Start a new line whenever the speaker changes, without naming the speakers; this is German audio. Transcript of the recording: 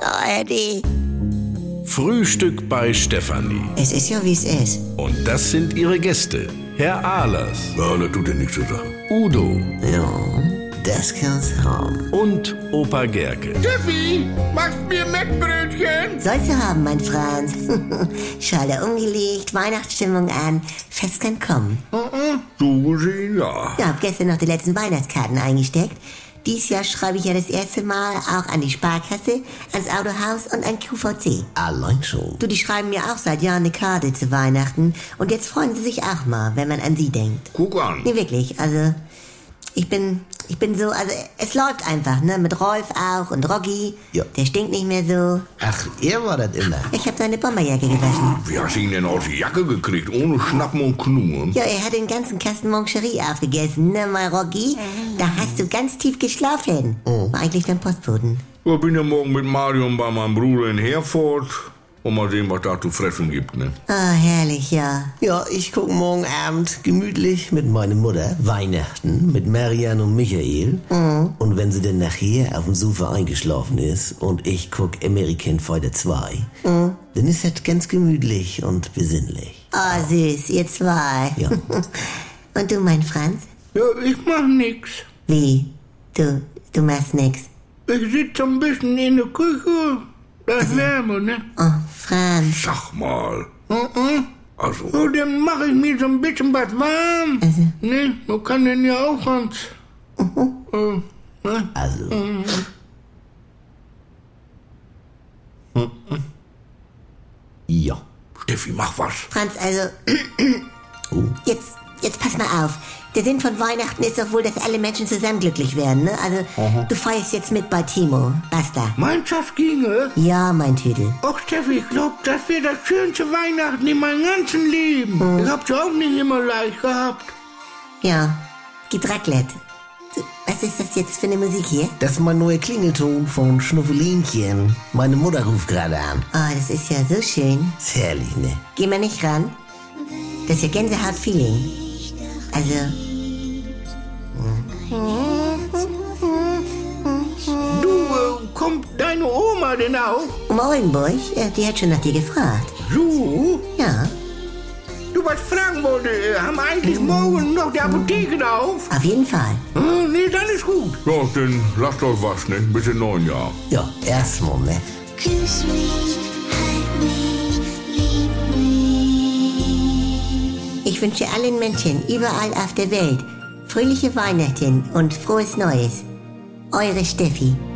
ARD.
Frühstück bei Stefanie.
Es ist ja, wie es ist.
Und das sind ihre Gäste. Herr Ahlers,
Ja, das tut dir nichts zu sagen.
Udo
Ja, das kann's haben.
und Opa Gerke.
Tiffy, machst mir Mettbrötchen?
Sollst du haben, mein Franz. Schale umgelegt, Weihnachtsstimmung an. Fest kann kommen.
So gesehen, ja.
Ja, hab gestern noch die letzten Weihnachtskarten eingesteckt. Dies Jahr schreibe ich ja das erste Mal auch an die Sparkasse, ans Autohaus und an QVC.
Allein schon.
Du, die schreiben mir auch seit Jahren eine Karte zu Weihnachten. Und jetzt freuen sie sich auch mal, wenn man an sie denkt.
Guck an.
Nee, wirklich, also ich bin, ich bin so, also es läuft einfach, ne? Mit Rolf auch und Rocky.
Ja.
Der stinkt nicht mehr so.
Ach, er war das immer.
Ich habe seine Bomberjacke
Ah.
gewaschen.
Wie hast du ihn denn aus der Jacke gekriegt? Ohne Schnappen und Knurren?
Ja, er hat den ganzen Kasten Moncherie aufgegessen, ne, mein Rocky? Da hast du ganz tief geschlafen.
Oh.
War eigentlich dein Postboten.
Ich bin ja morgen mit Marion bei meinem Bruder in Herford. Und mal sehen, was da zu fressen gibt, ne?
Oh, herrlich, ja.
Ja, ich gucke morgen Abend gemütlich mit meiner Mutter Weihnachten mit Marian und Michael. Und wenn sie dann nachher auf dem Sofa eingeschlafen ist und ich guck American Fighter 2, dann ist das ganz gemütlich und besinnlich.
Oh, süß, ihr zwei.
Ja.
und du, mein Franz?
Ja, ich mach nix.
Wie? Du, du machst nix.
Ich sitze ein bisschen in der Küche. Da ist Wärme, ne?
Oh, Franz.
Sag mal. Also,
So, dann Oh, mach ich mir so ein bisschen was warm.
Also,
Ne, man kann denn Äh, ja auch sonst.
Mhm.
ne?
Also, ja.
Steffi, mach was.
Franz, also,
Oh.
jetzt, jetzt pass mal auf. Der Sinn von Weihnachten ist doch wohl, dass alle Menschen zusammen glücklich werden, ne? Also, du feierst jetzt mit bei Timo. Basta.
Meinst du, das ginge?
Ja, mein Tüdel.
Och, Steffi, ich glaub, das wäre das schönste Weihnachten in meinem ganzen Leben.
Mhm.
Ich hab's auch nicht immer leicht gehabt.
Ja. Gibt Raclette. Du, Was ist das jetzt für eine Musik hier?
Das ist mein neuer Klingelton von Schnuffelinchen. Meine Mutter ruft gerade an.
Oh, das ist ja so schön.
Ist herrlich, ne?
Geh mal nicht ran. Das ist ja Gänsehaut-Feeling. Also,
Du, äh, kommt deine Oma denn auch?
Oma Oldenburg, äh, die hat schon nach dir gefragt.
So?
Ja,
Du, was ich fragen wollte, äh, haben eigentlich morgen noch die Apotheken auf?
auf jeden Fall.
Hm, nee, dann ist gut.
Ja, dann lasst euch was, ne? Bitte neun Jahre.
Ja, erstmal, ne?
Küss mich, halt mich, lieb mich.
Ich wünsche allen Menschen überall auf der Welt fröhliche Weihnachten und frohes Neues. Eure Steffi.